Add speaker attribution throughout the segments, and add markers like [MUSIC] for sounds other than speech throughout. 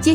Speaker 1: 接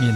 Speaker 2: 面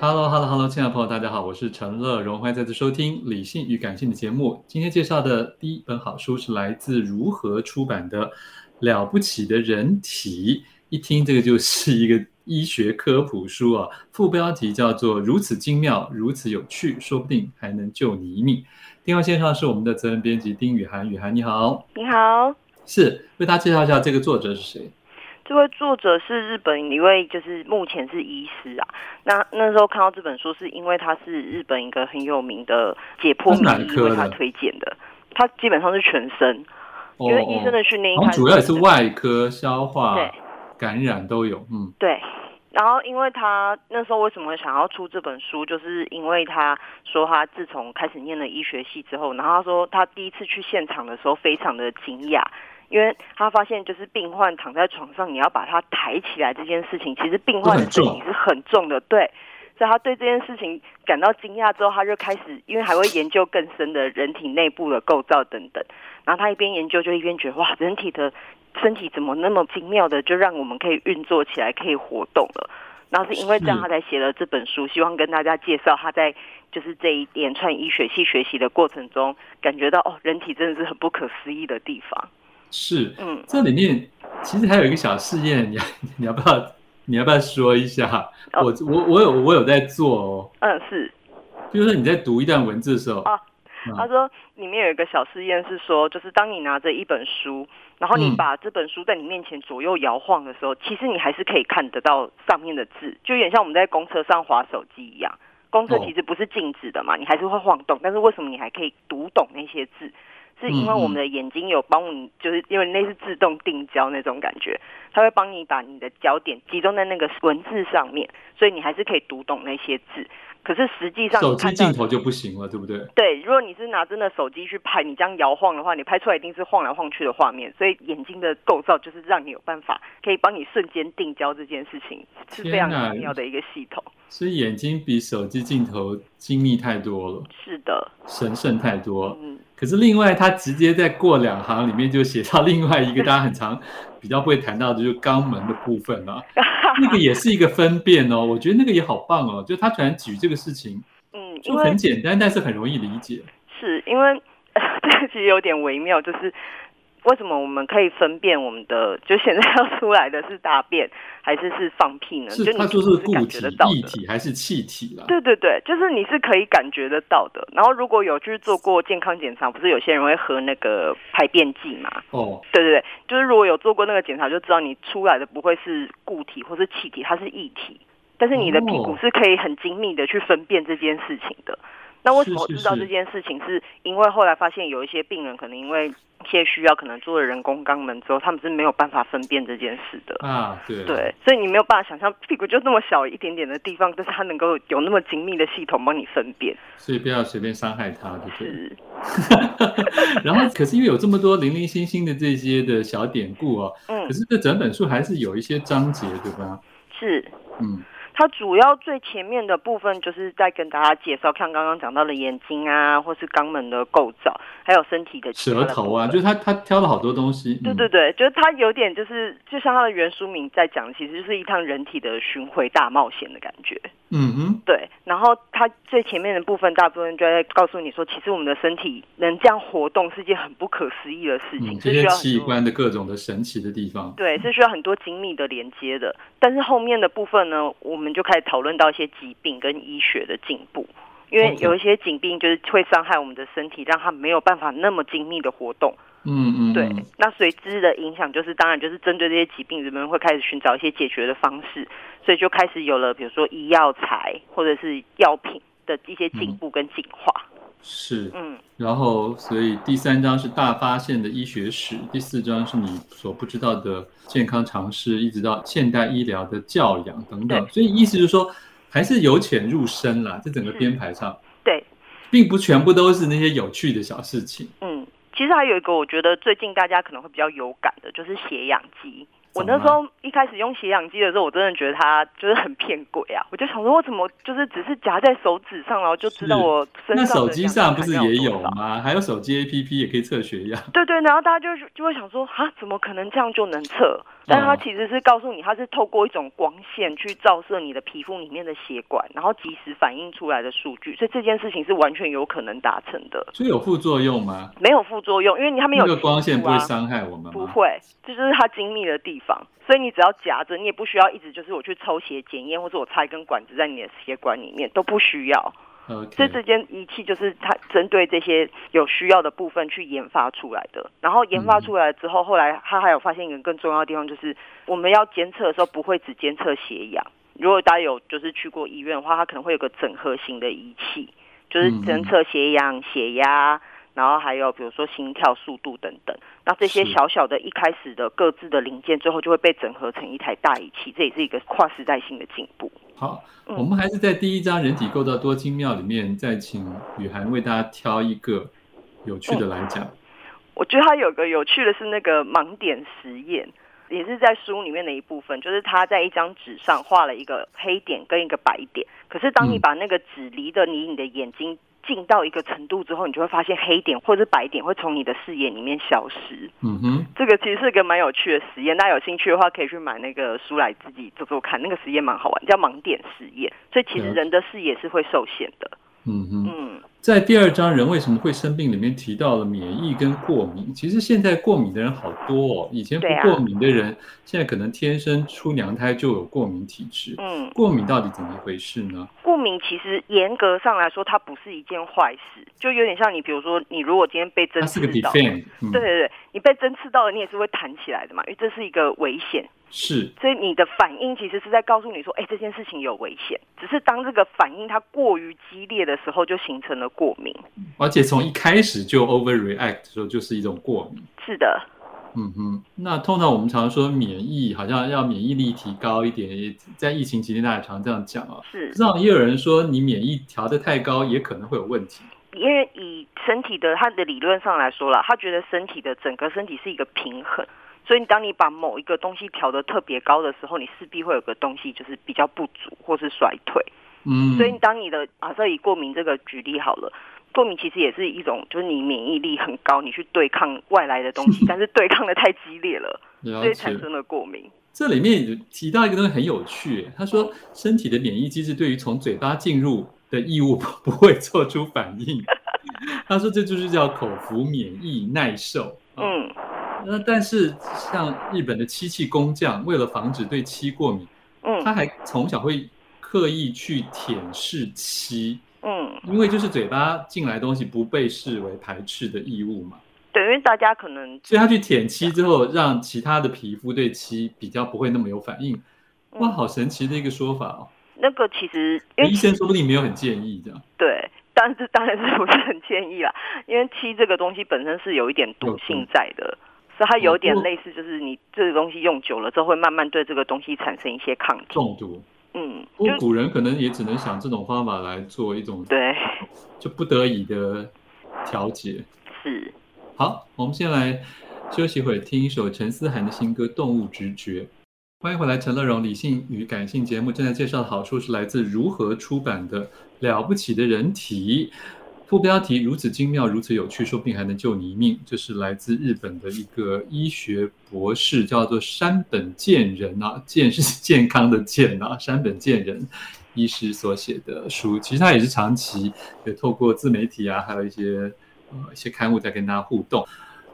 Speaker 2: Hello，Hello，Hello，亲爱的朋友，大家好，我是陈乐荣，欢迎再次收听《理性与感性》的节目。今天介绍的第一本好书是来自如何出版的《了不起的人体》，一听这个就是一个医学科普书啊。副标题叫做《如此精妙，如此有趣，说不定还能救你一命》。电话线上是我们的责任编辑丁雨涵，雨涵你好，
Speaker 3: 你好，
Speaker 2: 是为大家介绍一下这个作者是谁。
Speaker 3: 这位作者是日本一位，就是目前是医师啊。那那时候看到这本书，是因为他是日本一个很有名的解剖名医为他推荐的。他基本上是全身，
Speaker 2: 哦、
Speaker 3: 因为医生的训练，
Speaker 2: 主要也是外科、消化、感染都有。嗯，
Speaker 3: 对。然后，因为他那时候为什么想要出这本书，就是因为他说他自从开始念了医学系之后，然后他说他第一次去现场的时候，非常的惊讶。因为他发现，就是病患躺在床上，你要把他抬起来这件事情，其实病患的身体是很重的，对。所以他对这件事情感到惊讶之后，他就开始，因为还会研究更深的人体内部的构造等等。然后他一边研究，就一边觉得哇，人体的身体怎么那么精妙的，就让我们可以运作起来，可以活动了。然后是因为这样，他才写了这本书，希望跟大家介绍他在就是这一连串医学系学习的过程中，感觉到哦，人体真的是很不可思议的地方。
Speaker 2: 是，嗯，这里面其实还有一个小试验，你你要不 [LAUGHS] 要你要不要说一下？哦、我我我有我有在做哦。
Speaker 3: 嗯，是。
Speaker 2: 比如说你在读一段文字的时候。
Speaker 3: 啊，嗯、他说里面有一个小试验是说，就是当你拿着一本书，然后
Speaker 2: 嗯
Speaker 3: 你把这本书在你面前左右摇晃的时候，嗯、其实你还是可以看得到上面的字，就有点像我们在公车上划手机一样。公车其实不是静止的嘛，哦、你还是会晃动，但是为什么你还可以读懂那些字？是因为
Speaker 2: 嗯
Speaker 3: 我们的眼睛有帮你，就是因为类似自动定焦那种感觉，它会帮你把你的焦点集中在那个文字上面，所以你还是可以读懂那些字。可是实际上，
Speaker 2: 手机镜头就不行了，对不对？
Speaker 3: 对，如果你是拿真的手机去拍，你这样摇晃的话，你拍出来一定是晃来晃去的画面。所以眼睛的构造就是让你有办法可以帮你瞬间定焦这件事情， [LAUGHS] 是非常重要的一个系统。
Speaker 2: 所以眼睛比手机镜头精密太多了，
Speaker 3: 是的，
Speaker 2: 神圣太多。嗯。可是另外，他直接在过两行里面就写到另外一个大家很常比较不会谈到的，就是肛门的部分啊，那个也是一个分辨哦。我觉得那个也好棒哦，就他居然举这个事情，
Speaker 3: 嗯，
Speaker 2: 就很简单，但是很容易理解。
Speaker 3: 是因为 [LAUGHS] 这个其实有点微妙，就是为什么我们可以分辨我们的，就现在要出来的是大便还是是放屁呢？
Speaker 2: 是他
Speaker 3: 说
Speaker 2: 是
Speaker 3: 感
Speaker 2: 固体、
Speaker 3: 觉得到
Speaker 2: 液体还是气体啦？
Speaker 3: 对对对，就是你是可以感觉得到的。然后如果有就是做过健康检查，不是有些人会喝那个排便剂嘛？
Speaker 2: 哦，
Speaker 3: 对对对，就是如果有做过那个检查，就知道你出来的不会是固体或是气体，它是液体。但是你的屁股是可以很精密的去分辨这件事情的。那为什么知道这件事情？是因为后来发现有一些病人可能因为一些需要，可能做了人工肛门之后，他们是没有办法分辨这件事的
Speaker 2: 啊。对
Speaker 3: 对，所以你没有办法想象屁股就那么小一点点的地方，但是它能够有那么精密的系统帮你分辨。
Speaker 2: 所以不要随便伤害它，对
Speaker 3: 是。
Speaker 2: 然后，可是因为有这么多零零星星的这些的小典故哦，
Speaker 3: 嗯，
Speaker 2: 可是这整本书还是有一些章节，对吧？
Speaker 3: 是，
Speaker 2: 嗯。
Speaker 3: 它主要最前面的部分就是在跟大家介绍，像刚刚讲到的眼睛啊，或是肛门的构造，还有身体的其他
Speaker 2: 舌
Speaker 3: 的
Speaker 2: 头
Speaker 3: 部
Speaker 2: 啊，
Speaker 3: 分
Speaker 2: 就是他他挑了好多东西。
Speaker 3: 对对
Speaker 2: 嗯，
Speaker 3: 对，就是它有点就是，就像它的原书名在讲，其实就是一趟人体的巡回大冒险的感觉。
Speaker 2: 嗯哼，
Speaker 3: 对，然后它最前面的部分，大部分就在告诉你说，其实我们的身体能这样活动是件很不可思议的事情，
Speaker 2: 嗯，
Speaker 3: 是
Speaker 2: 这
Speaker 3: 需
Speaker 2: 些
Speaker 3: 要很
Speaker 2: 奇
Speaker 3: 多
Speaker 2: 观的各种的神奇的地方。
Speaker 3: 对，是需要很多精密的连接的。但是后面的部分呢，我们就开始讨论到一些疾病跟医学的进步，因为
Speaker 2: OK
Speaker 3: 有一些疾病就是会伤害我们的身体，让它没有办法那么精密的活动。
Speaker 2: 嗯嗯，
Speaker 3: 对
Speaker 2: 嗯，
Speaker 3: 那随之的影响就是，当然就是针对这些疾病，人们会开始寻找一些解决的方式，所以就开始有了比如说医药材或者是药品的一些进步跟进化。
Speaker 2: 是。
Speaker 3: 嗯，
Speaker 2: 然后，所以第三章是大发现的医学史，第四章是你所不知道的健康常识，一直到现代医疗的教养等等。所以意思就是说，还是由浅入深啦，这整个编排上，
Speaker 3: 对，
Speaker 2: 并不全部都是那些有趣的小事情。
Speaker 3: 嗯，其实还有一个我觉得最近大家可能会比较有感的，就是血氧机。我
Speaker 2: 怎么了
Speaker 3: 那时候一开始用血氧机的时候，我真的觉得它就是很骗鬼啊！我就想说，我怎么就是只是夹在手指上，然后就是知道我身
Speaker 2: 那
Speaker 3: 上
Speaker 2: 手
Speaker 3: 的
Speaker 2: 机
Speaker 3: 氧
Speaker 2: 上
Speaker 3: 气
Speaker 2: 不是
Speaker 3: 含量
Speaker 2: 也
Speaker 3: 多
Speaker 2: 有
Speaker 3: 少
Speaker 2: 吗？还有手机 APP 也可以测血压。
Speaker 3: 对对，然后大家就就会想说，啊，怎么可能这样就能测？但它其实是告诉你，它是透过一种光线去照射你的皮肤里面的血管，然后及时反映出来的数据，所以这件事情是完全有可能达成的，
Speaker 2: 所以有副作用吗？
Speaker 3: 没有副作用，因为你它没有
Speaker 2: 那个光
Speaker 3: 记录
Speaker 2: 线不会
Speaker 3: 啊
Speaker 2: 伤害我们吗？
Speaker 3: 不会，这就是它精密的地方。所以你只要夹着，你也不需要一直就是我去抽血检验，或者我插一根管子在你的血管里面，都不需要。所
Speaker 2: OK，
Speaker 3: 以这件仪器就是它针对这些有需要的部分去研发出来的。然后研发出来之后，后来它还有发现一个更重要的地方，就是我们要监测的时候不会只监测血氧。
Speaker 2: 嗯
Speaker 3: 如果大家有就是去过医院的话，它可能会有个整合型的仪器，就是监测血氧、血压，然后还有比如说心跳速度等等。那这些
Speaker 2: 是
Speaker 3: 小小的一开始的各自的零件，最后就会被整合成一台大仪器，这也是一个跨时代性的进步。
Speaker 2: 好，
Speaker 3: 嗯
Speaker 2: 我们还是在第一章人体构造多精妙里面，再请雨涵为大家挑一个有趣
Speaker 3: 嗯
Speaker 2: 的来讲。
Speaker 3: 我觉得它有个有趣的是那个盲点实验，也是在书里面的一部分，就是他在一张纸上画了一个黑点跟一个白点，可是当你
Speaker 2: 嗯
Speaker 3: 把那个纸离的离你的眼睛近到一个程度之后，你就会发现黑点或者白点会从你的视野里面消失。
Speaker 2: 嗯哼，
Speaker 3: [LAUGHS] 这个其实是个蛮有趣的实验，大家有兴趣的话可以去买那个书来自己做做看，那个实验蛮好玩，叫盲点实验。所以其实
Speaker 2: 了解
Speaker 3: 人的视野是会受限的，
Speaker 2: 嗯哼，
Speaker 3: 嗯。
Speaker 2: 在第二章人为什么会生病里面提到了免疫跟过敏。其实现在过敏的人好多哦，以前不
Speaker 3: 对啊
Speaker 2: 过敏的人，现在可能天生出娘胎就有过敏体质。
Speaker 3: 嗯
Speaker 2: 过敏到底怎么一回事呢？
Speaker 3: 过敏其实严格上来说，它不是一件坏事，就有点像你，比如说你如果今天被针
Speaker 2: 它是个
Speaker 3: 刺到，
Speaker 2: defend，嗯，
Speaker 3: 对对对，你被针刺到了，你也是会弹起来的嘛，因为这是一个危险，
Speaker 2: 是
Speaker 3: 所以你的反应其实是在告诉你说，哎，这件事情有危险。只是当这个反应它过于激烈的时候，就形成了过敏。
Speaker 2: 而且从一开始就 overreact 的时候，就是一种过敏。
Speaker 3: 是的，
Speaker 2: 嗯哼，那通常我们常说免疫，好像要免疫力提高一点，也在疫情期间大家也常这样讲啊。
Speaker 3: 是
Speaker 2: 实际上也有人说，你免疫调得太高，也可能会有问题。
Speaker 3: 因为以身体的他的理论上来说啦，他觉得身体的整个身体是一个平衡，所以当你把某一个东西调得特别高的时候，你势必会有个东西就是比较不足或是衰退。
Speaker 2: 嗯，
Speaker 3: 所以当你的啊，这以过敏这个举例好了。过敏其实也是一种，就是你免疫力很高，你去对抗外来
Speaker 2: [LAUGHS]
Speaker 3: 的东西，但是对抗的太激烈了，所
Speaker 2: 了
Speaker 3: 以产
Speaker 2: 解。
Speaker 3: 生了过敏。
Speaker 2: 这里面有提到一个东西很有趣，他说身体的免疫机制对于从嘴巴进入的异物不会做出反应。 [LAUGHS] 他说这就是叫口服免疫耐受。啊，
Speaker 3: 嗯，
Speaker 2: 那但是像日本的漆器工匠，为了防止对漆过敏，他
Speaker 3: 嗯
Speaker 2: 还从小会刻意去舔舐漆，
Speaker 3: 嗯，
Speaker 2: 因为就是嘴巴进来东西不被视为排斥的异物嘛，
Speaker 3: 对，因为大家可能
Speaker 2: 所以他去舔漆之后，让其他的皮肤对漆比较不会那么有反应。
Speaker 3: 嗯
Speaker 2: 哇，好神奇的一个说法哦！
Speaker 3: 那个其实因为
Speaker 2: 医生说不定没有很建议这样，
Speaker 3: 对，但是当然是不是很建议啦， [LAUGHS] 因为漆这个东西本身是有一点毒性在的，所以它有点类似，就是你这个东西用久了之后会慢慢对这个东西产生一些抗体。
Speaker 2: 中毒。
Speaker 3: 嗯，
Speaker 2: 不过
Speaker 3: 就
Speaker 2: 古人可能也只能想这种方法来做一种
Speaker 3: 对，
Speaker 2: 就不得已的调节。
Speaker 3: 是
Speaker 2: 好，我们先来休息会儿，听一首陈思涵的新歌《动物直觉》。欢迎回来，陈乐荣《理性与感性》节目正在介绍的好书是来自如何出版的《了不起的人体》，副标题如此精妙，如此有趣，说不定还能救你一命。这是来自日本的一个医学博士，叫做山本健人啊，健是健康的健啊，山本健人医师所写的书。其实他也是长期也透过自媒体啊，还有一些呃一些刊物在跟大家互动。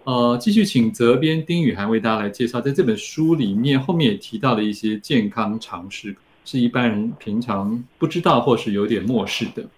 Speaker 2: 呃，继续请责编丁雨涵为大家来介绍，在这本书里面，后面也提到了一些健康常识，是一般人平常不知道或是有点漠视的。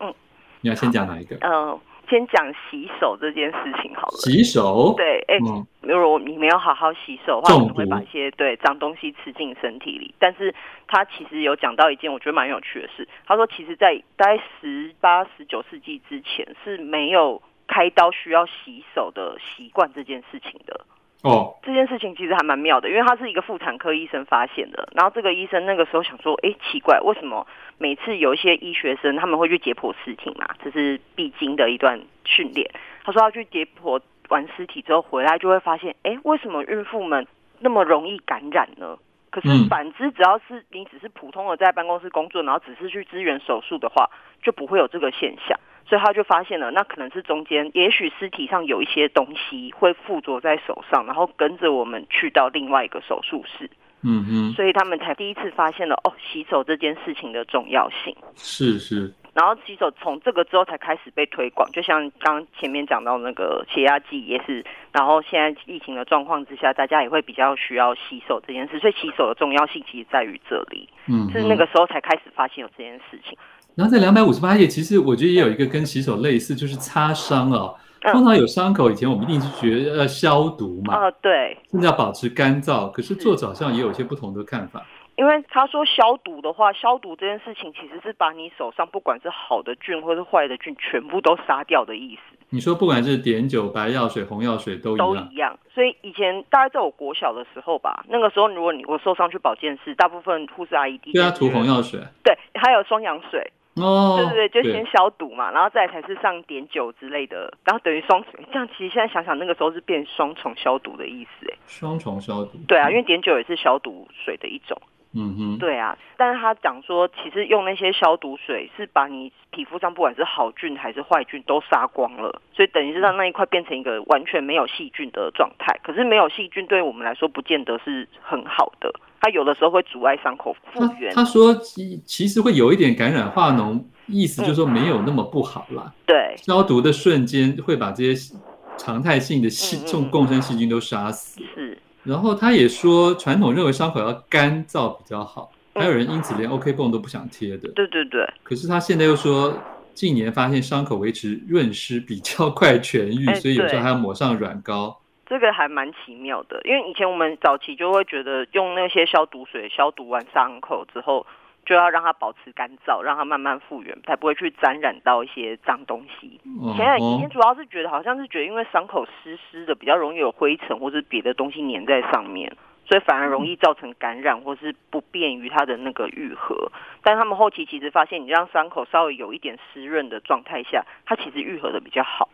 Speaker 3: 嗯，
Speaker 2: 你要先讲哪一个？
Speaker 3: 呃，先讲洗手这件事情好了。
Speaker 2: 洗手。
Speaker 3: 对，哎、
Speaker 2: 嗯
Speaker 3: 如果你没有好好洗手的话，
Speaker 2: 中
Speaker 3: 你会
Speaker 2: 毒
Speaker 3: 把一些对脏东西吃进身体里。但是他其实有讲到一件我觉得蛮有趣的事，他说其实在大概十八、十九世纪之前是没有开刀需要洗手的习惯这件事情的。
Speaker 2: 哦，
Speaker 3: 这件事情其实还蛮妙的，因为他是一个妇产科医生发现的。然后这个医生那个时候想说，哎，奇怪，为什么每次有一些医学生他们会去解剖尸体嘛？这是必经的一段训练。他说他去解剖完尸体之后回来，就会发现，哎，为什么孕妇们那么容易感染呢？可是
Speaker 2: 嗯
Speaker 3: 反之，只要是你只是普通的在办公室工作，然后只是去支援手术的话，就不会有这个现象。所以他就发现了，那可能是中间，也许尸体上有一些东西会附着在手上，然后跟着我们去到另外一个手术室，
Speaker 2: 嗯哼，
Speaker 3: 所以他们才第一次发现了哦，洗手这件事情的重要性。
Speaker 2: 是是，
Speaker 3: 然后洗手从这个之后才开始被推广，就像刚刚前面讲到那个血压计也是，然后现在疫情的状况之下，大家也会比较需要洗手这件事，所以洗手的重要性其实在于这里，
Speaker 2: 嗯哼，
Speaker 3: 是那个时候才开始发现有这件事情。
Speaker 2: 然后在两百五十八页，其实我觉得也有一个跟洗手类似，就是擦伤哦。
Speaker 3: 嗯
Speaker 2: 通常有伤口以前，我们一定是觉得要消毒嘛，
Speaker 3: 呃，对，
Speaker 2: 甚至要保持干燥。可是作者好像也有一些不同的看法。
Speaker 3: 因为他说消毒的话，消毒这件事情其实是把你手上不管是好的菌或是坏的菌全部都杀掉的意思，
Speaker 2: 你说不管是碘酒、白药水、红药水都一
Speaker 3: 都
Speaker 2: 样
Speaker 3: 一，样。所以以前大概在我国小的时候吧，那个时候如果你我受伤去保健室，大部分护士阿姨第一
Speaker 2: 对啊，
Speaker 3: 件事
Speaker 2: 涂红药水
Speaker 3: 对，还有双氧水，
Speaker 2: 哦，
Speaker 3: 对对对，就先消毒嘛，然后再来才是上碘酒之类的，然后等于双水，这样其实现在想想那个时候是变双重消毒的意思，哎，
Speaker 2: 双重消毒。
Speaker 3: 对啊，因为碘酒也是消毒水的一种。
Speaker 2: 嗯哼，
Speaker 3: 对啊，但是他讲说，其实用那些消毒水是把你皮肤上不管是好菌还是坏菌都杀光了，所以等于是让那一块变成一个完全没有细菌的状态。可是没有细菌对我们来说不见得是很好的，它有的时候会阻碍伤口复原。
Speaker 2: 他他说其其实会有一点感染化脓，意思就是说没有那么不好啦。
Speaker 3: 对
Speaker 2: 消毒的瞬间会把这些常态性的细
Speaker 3: 嗯嗯嗯
Speaker 2: 这种共生细菌都杀死。
Speaker 3: 是，
Speaker 2: 然后他也说，传统认为伤口要干燥比较好，
Speaker 3: 嗯
Speaker 2: 还有人因此连 OK 泵都不想贴的。
Speaker 3: 对对对，
Speaker 2: 可是他现在又说，近年发现伤口维持润湿比较快痊愈，
Speaker 3: 哎
Speaker 2: 所以有时
Speaker 3: 对
Speaker 2: 候还要抹上软膏。
Speaker 3: 这个还蛮奇妙的，因为以前我们早期就会觉得用那些消毒水消毒完伤口之后。就要让它保持干燥，让它慢慢复原，才不会去沾染到一些脏东西。
Speaker 2: 嗯
Speaker 3: 前两
Speaker 2: 哦
Speaker 3: 天主要是觉得好像是觉得因为伤口湿湿的，比较容易有灰尘或是别的东西粘在上面，所以反而容易造成感染或是不便于它的那个愈合。但他们后期其实发现，你让伤口稍微有一点湿润的状态下，它其实愈合的比较好。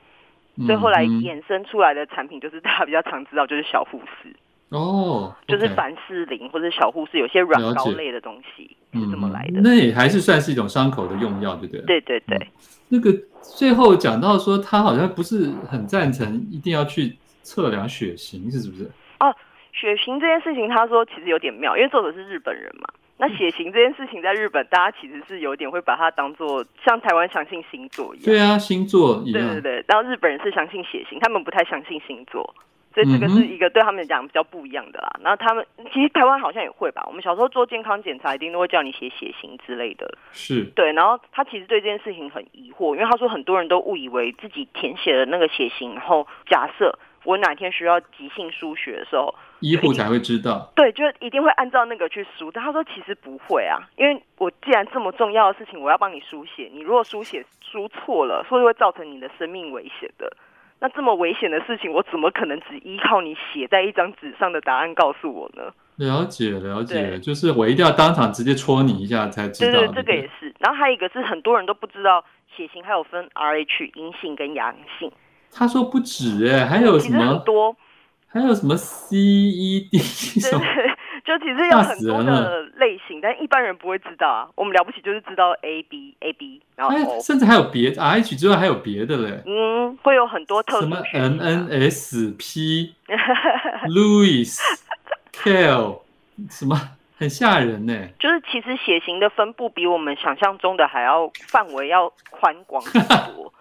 Speaker 3: 所以后来
Speaker 2: 嗯
Speaker 3: 衍生出来的产品就是大家比较常知道，就是小护士，
Speaker 2: 哦，
Speaker 3: 就是
Speaker 2: OK
Speaker 3: 凡士林或者小护士有些软
Speaker 2: 了
Speaker 3: 膏
Speaker 2: 解
Speaker 3: 类的东西是
Speaker 2: 嗯
Speaker 3: 这么来的。
Speaker 2: 那嗯也还是算是一种伤口的用药，对不对？。
Speaker 3: 对对对。
Speaker 2: 那个最后讲到说，他好像不是很赞成一定要去测量血型，是不是？
Speaker 3: 血型这件事情，他说其实有点妙，因为作者是日本人嘛。
Speaker 2: 嗯
Speaker 3: 那血型这件事情在日本，大家其实是有点会把它当做像台湾相信星座一样。
Speaker 2: 对啊，星座一
Speaker 3: 对
Speaker 2: 样。
Speaker 3: 对对，然后日本人是相信血型，他们不太相信星座，所以这个
Speaker 2: 嗯哼
Speaker 3: 是一个对他们讲比较不一样的啦。然后他们其实台湾好像也会吧，我们小时候做健康检查一定都会叫你写血型之类的。
Speaker 2: 是。
Speaker 3: 对，然后他其实对这件事情很疑惑，因为他说很多人都误以为自己填写了那个血型，然后假设我哪天需要急性输血的时候，
Speaker 2: 医护才会知道。
Speaker 3: 对，就一定会按照那个去输。但他说其实不会啊，因为我既然这么重要的事情，我要帮你输血，你如果输血输错了，是会造成你的生命危险的。那这么危险的事情，我怎么可能只依靠你写在一张纸上的答案告诉我呢？
Speaker 2: 了解了解，
Speaker 3: 对
Speaker 2: 就是我一定要当场直接戳你一下才知
Speaker 3: 对
Speaker 2: 道。
Speaker 3: 对，这个也是。然后还有一个是很多人都不知道血型还有分 Rh 阴性跟阳性，
Speaker 2: 他说不止哎、还有
Speaker 3: 其
Speaker 2: 什
Speaker 3: 实很
Speaker 2: 么
Speaker 3: 多 [LAUGHS]
Speaker 2: 还有什么 C E D 什
Speaker 3: 对
Speaker 2: 么
Speaker 3: 对，就其实有很多的类型，但一般人不会知道啊。我们了不起就是知道 A B A B，然后
Speaker 2: 哎
Speaker 3: O，，
Speaker 2: 甚至还有别的 R H 之外还有别的嘞，
Speaker 3: 嗯，会有很多特
Speaker 2: 什
Speaker 3: 殊
Speaker 2: 么
Speaker 3: 学
Speaker 2: N
Speaker 3: 习啊
Speaker 2: N S
Speaker 3: [LAUGHS]
Speaker 2: P Louis Kale 什么，很吓人呢、
Speaker 3: 就是其实血型的分布比我们想象中的还要范围要宽广很多。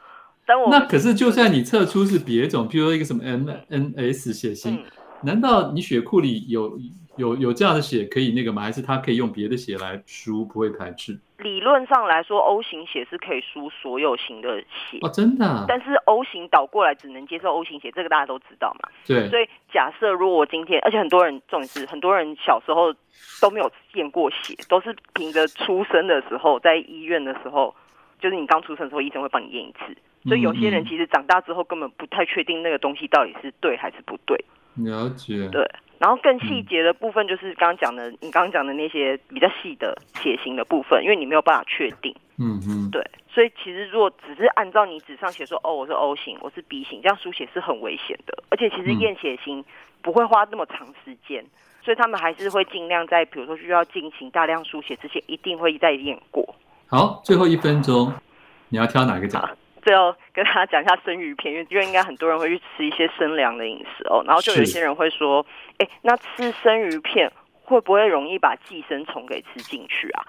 Speaker 3: 但
Speaker 2: [LAUGHS]
Speaker 3: 我嗯
Speaker 2: 那
Speaker 3: 们
Speaker 2: 可是就算你测出是别种，譬如说一个什么 M N S 血型，
Speaker 3: 嗯，
Speaker 2: 难道你血库里有有有这样的血可以那个吗？还是它可以用别的血来输，不会排斥？
Speaker 3: 理论上来说，O 型血是可以输所有型的血，
Speaker 2: 哦，真的、啊？
Speaker 3: 但是 O 型倒过来只能接受 O 型血，这个大家都知道嘛。
Speaker 2: 对，
Speaker 3: 所以假设如果我今天，而且很多人重点是很多人小时候都没有验过血，都是凭着出生的时候在医院的时候，就是你刚出生的时候医生会帮你验一次。所以有些人
Speaker 2: 嗯嗯
Speaker 3: 其实长大之后根本不太确定那个东西到底是对还是不对。
Speaker 2: 嗯了解。
Speaker 3: 对，然后更
Speaker 2: 嗯
Speaker 3: 细节的部分就是刚刚讲的，你刚刚讲的那些比较细的血型的部分，因为你没有办法确定。
Speaker 2: 嗯嗯，
Speaker 3: 对，所以其实如果只是按照你纸上写说，哦，我是 O 型，我是 B 型，这样书写是很危险的。而且其实
Speaker 2: 嗯
Speaker 3: 验血型不会花那么长时间，所以他们还是会尽量在比如说需要进行大量书写之前，一定会再验过。
Speaker 2: 好，最后一分钟，你要挑哪个奖？
Speaker 3: 最后跟大家讲一下生鱼片，因为因为应该很多人会去吃一些生凉的饮食哦，然后就有一
Speaker 2: 是
Speaker 3: 些人会说，哎，那吃生鱼片会不会容易把寄生虫给吃进去啊？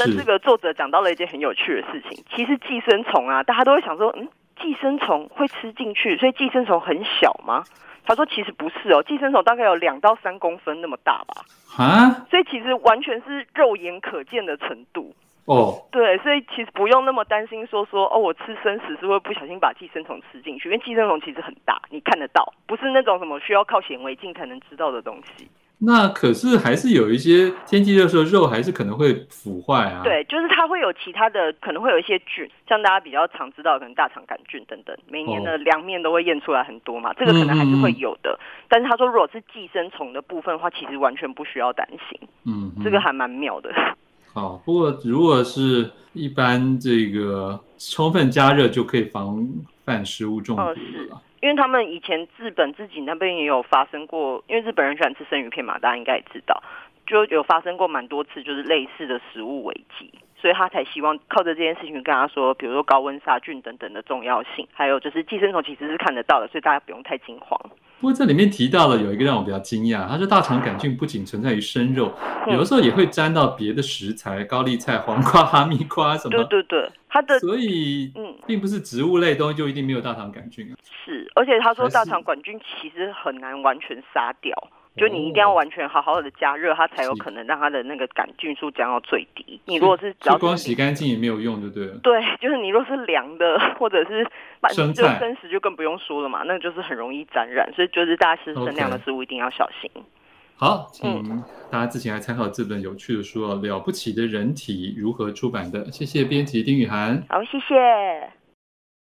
Speaker 3: 但这
Speaker 2: 是
Speaker 3: 个作者讲到了一件很有趣的事情，其实寄生虫啊，大家都会想说，嗯，寄生虫会吃进去，所以寄生虫很小吗？他说其实不是哦，寄生虫大概有两到三公分那么大吧，
Speaker 2: 啊，
Speaker 3: 所以其实完全是肉眼可见的程度。
Speaker 2: 哦，
Speaker 3: 对，所以其实不用那么担心说说哦，我吃生食是会不小心把寄生虫吃进去，因为寄生虫其实很大，你看得到，不是那种什么需要靠显微镜才能知道的东西。
Speaker 2: 那可是还是有一些天气热的时候，肉还是可能会腐坏啊。，
Speaker 3: 对，就是它会有其他的，可能会有一些菌，像大家比较常知道的，可能大肠杆菌等等，每年
Speaker 2: 哦
Speaker 3: 的凉面都会验出来很多嘛，这个可能还
Speaker 2: 嗯
Speaker 3: 是会有的。但是他说，如果是寄生虫的部分的话，其实完全不需要担心，
Speaker 2: 嗯，嗯
Speaker 3: 这个还蛮妙的。
Speaker 2: 好。不过如果是一般这个充分加热就可以防范食物中毒
Speaker 3: 哦
Speaker 2: 了啦。
Speaker 3: 因为他们以前日本自己那边也有发生过，因为日本人喜欢吃生鱼片嘛，大家应该也知道，就有发生过蛮多次就是类似的食物危机，所以他才希望靠着这件事情跟他说，比如说高温杀菌等等的重要性，还有就是寄生虫其实是看得到的，所以大家不用太惊慌。
Speaker 2: 不过这里面提到了有一个让我比较惊讶，他说大肠杆菌不仅存在于生肉，
Speaker 3: 嗯
Speaker 2: 有的时候也会沾到别的食材，高丽菜、黄瓜、哈密瓜什么。
Speaker 3: 对对对，他的
Speaker 2: 所以
Speaker 3: 嗯
Speaker 2: 并不是植物类东西就一定没有大肠杆菌啊。
Speaker 3: 是，而且他
Speaker 2: 还
Speaker 3: 说
Speaker 2: 是
Speaker 3: 大肠杆菌其实很难完全杀掉，就你一定要完全好好的加热，它才有
Speaker 2: 是
Speaker 3: 可能让它的那个杆菌数降到最低。你如果是只
Speaker 2: 就
Speaker 3: 要
Speaker 2: 光
Speaker 3: 是
Speaker 2: 洗干净也没有用，对不对了？
Speaker 3: 对， [LAUGHS] 就是你若是凉的，或者是把
Speaker 2: 生
Speaker 3: 就
Speaker 2: 菜
Speaker 3: 生食就更不用说了嘛，那就是很容易沾染，所以就是大家吃生量的
Speaker 2: OK
Speaker 3: 食物一定要小心。
Speaker 2: 好，
Speaker 3: 嗯
Speaker 2: 请大家之前来参考这本有趣的啊书哦，《了不起的人体如何出版的》。谢谢编辑丁雨涵。
Speaker 3: 好，谢谢。